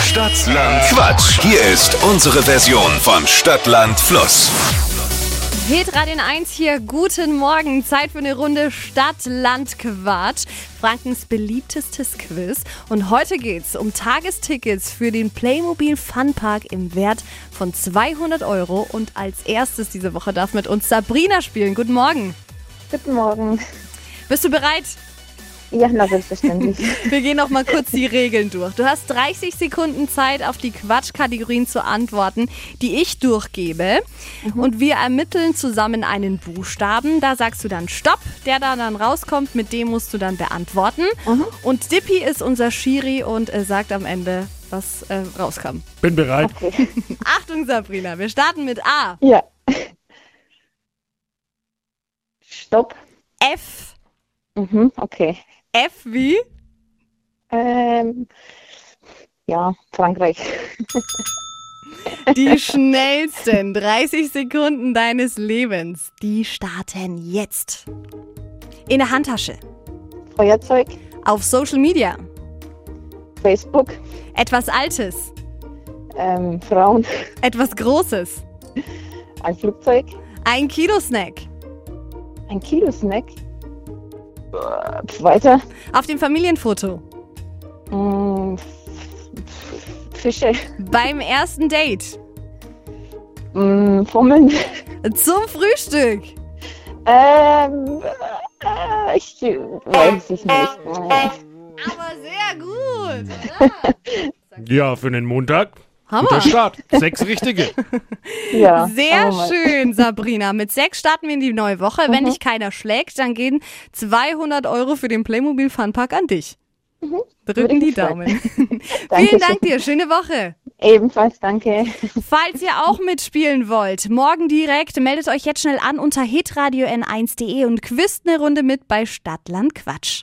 Stadtland Quatsch. Hier ist unsere Version von Stadtland Fluss. Petra den 1 hier, guten Morgen. Zeit für eine Runde Stadt-Land-Quatsch. Frankens beliebtestes Quiz. Und heute geht's um Tagestickets für den Playmobil Funpark im Wert von 200 Euro. Und als erstes diese Woche darf mit uns Sabrina spielen. Guten Morgen. Guten Morgen. Bist du bereit? Ja, na selbstverständlich. Wir gehen noch mal kurz die Regeln durch. Du hast 30 Sekunden Zeit, auf die Quatschkategorien zu antworten, die ich durchgebe. Und wir ermitteln zusammen einen Buchstaben. Da sagst du dann Stopp, der da dann rauskommt, mit dem musst du dann beantworten. Und Dippy ist unser Schiri und äh, sagt am Ende, was äh, rauskam. Bin bereit. Achtung, Sabrina, wir starten mit A, ja. Stopp. F, Mhm, okay. F wie Ähm, ja, Frankreich. die schnellsten 30 Sekunden deines Lebens. Die starten jetzt. In der Handtasche. Feuerzeug, Auf Social Media. Facebook, Etwas Altes. ähm, Frauen, Etwas Großes. ein Flugzeug, Ein Kilo-Snack. ein Kilo-Snack. Äh, pf, Weiter. Auf dem Familienfoto. Mm, f- f- Fische, Beim ersten Date. mm, Fummeln. Zum Frühstück. Ähm, äh, ich weiß es nicht. Aber sehr gut. oder? Ja, für den Montag. Guter Hammer. Start. Sechs richtige. Ja, Sehr schauen wir mal. schön, Sabrina. Mit sechs starten wir in die neue Woche. Mhm. Wenn dich keiner schlägt, dann gehen 200 Euro für den Playmobil Funpark an dich. Drücken Mhm. Würde die mich freuen. Daumen. Vielen Dankeschön. Dank dir. Schöne Woche. Ebenfalls danke. Falls ihr auch mitspielen wollt, morgen direkt, meldet euch jetzt schnell an unter hitradio n1.de und quizt eine Runde mit bei Stadtland Quatsch.